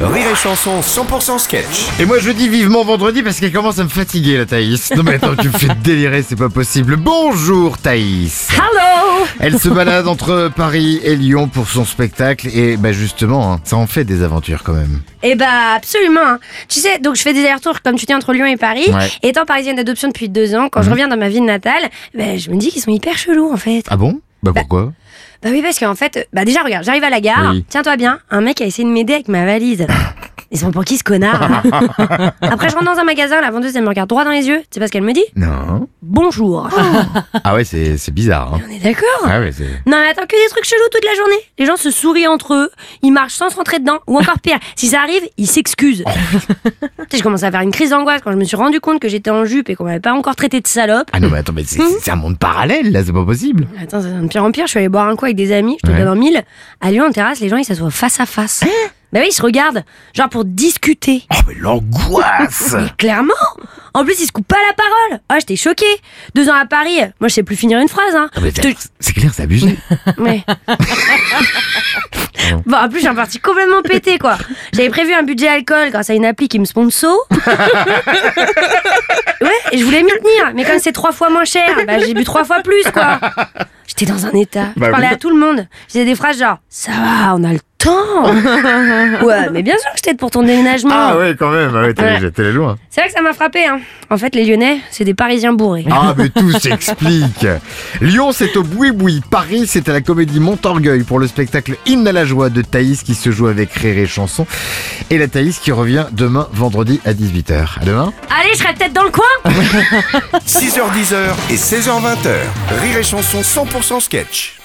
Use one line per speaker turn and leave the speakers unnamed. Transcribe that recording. Rire et Chanson 100% sketch.
Et moi je dis vivement vendredi parce qu'elle commence à me fatiguer la Thaïs. Non mais attends, tu me fais délirer, c'est pas possible. Bonjour Thaïs
Hello
Elle se balade entre Paris et Lyon pour son spectacle et bah justement, hein, ça en fait des aventures quand même.
Eh bah absolument. Tu sais, donc je fais des allers-retours comme tu dis entre Lyon et Paris.
Ouais. Mhm.
Étant parisienne d'adoption depuis deux ans, quand je reviens dans ma ville natale, bah, je me dis qu'ils sont hyper chelous en fait.
Ah bon Bah pourquoi
Bah oui parce qu'en fait, euh, bah déjà regarde, j'arrive à la gare.
Oui.
Tiens-toi bien, un mec a essayé de m'aider avec ma valise. Ils sont pour qui ce connard hein Après je rentre dans un magasin, la vendeuse elle me regarde droit dans les yeux. Tu sais pas ce qu'elle me dit
Non.
Bonjour.
Ah ouais, c'est c'est bizarre. hein.
On est d'accord
Ah ouais, c'est...
Non mais attends, que des trucs chelous toute la journée. Les gens se sourient entre eux, ils marchent sans se rentrer dedans, ou encore pire, si ça arrive, ils s'excusent. Tu sais, je commence à faire une crise d'angoisse quand je me suis rendu compte que j'étais en jupe et qu'on m'avait pas encore traité de salope.
Ah non mais attends, mais c'est, c'est un monde parallèle là, c'est pas possible.
Attends, ça devient de pire en pire, je suis allée boire un coup avec des amis, je te
Ouais.
donne en mille. À Lyon, en terrasse, les gens ils s'assoient face à face. Bah oui, ils se regardent, genre pour discuter.
Oh mais l'angoisse
Mais clairement En plus, ils se coupent pas la parole Ah, j'étais choquée Deux ans à Paris, moi je sais plus finir une phrase, hein
Ah, mais
Je te-
C'est clair, c'est abusé.
Ouais. bon, en plus, j'ai un parti complètement pété, quoi. J'avais prévu un budget alcool grâce à une appli qui me sponsor. ouais, et je voulais mieux tenir. Mais comme c'est trois fois moins cher, bah, j'ai bu trois fois plus, quoi. J'étais dans un état.
Bah
je parlais
oui.
à tout le monde. Je disais des phrases genre Ça va, on a le temps. ouais, mais bien sûr que je t'aide pour ton déménagement.
Ah ouais, quand même, ah ouais, t'es,
Ouais.
allé- t'es allé loin.
C'est vrai que ça m'a frappé, hein. En fait, les Lyonnais, c'est des Parisiens bourrés.
Ah, mais tout s'explique. Lyon, c'est au Boui-Boui. Paris, c'est à la comédie Montorgueil pour le spectacle Hymne à la joie de Thaïs qui se joue avec Rire et Chanson. Et la Thaïs qui revient demain, vendredi à 18h. À demain.
Allez, je serai peut-être dans le coin
6h10h et 16h20h. Rire et Chanson 100% sketch.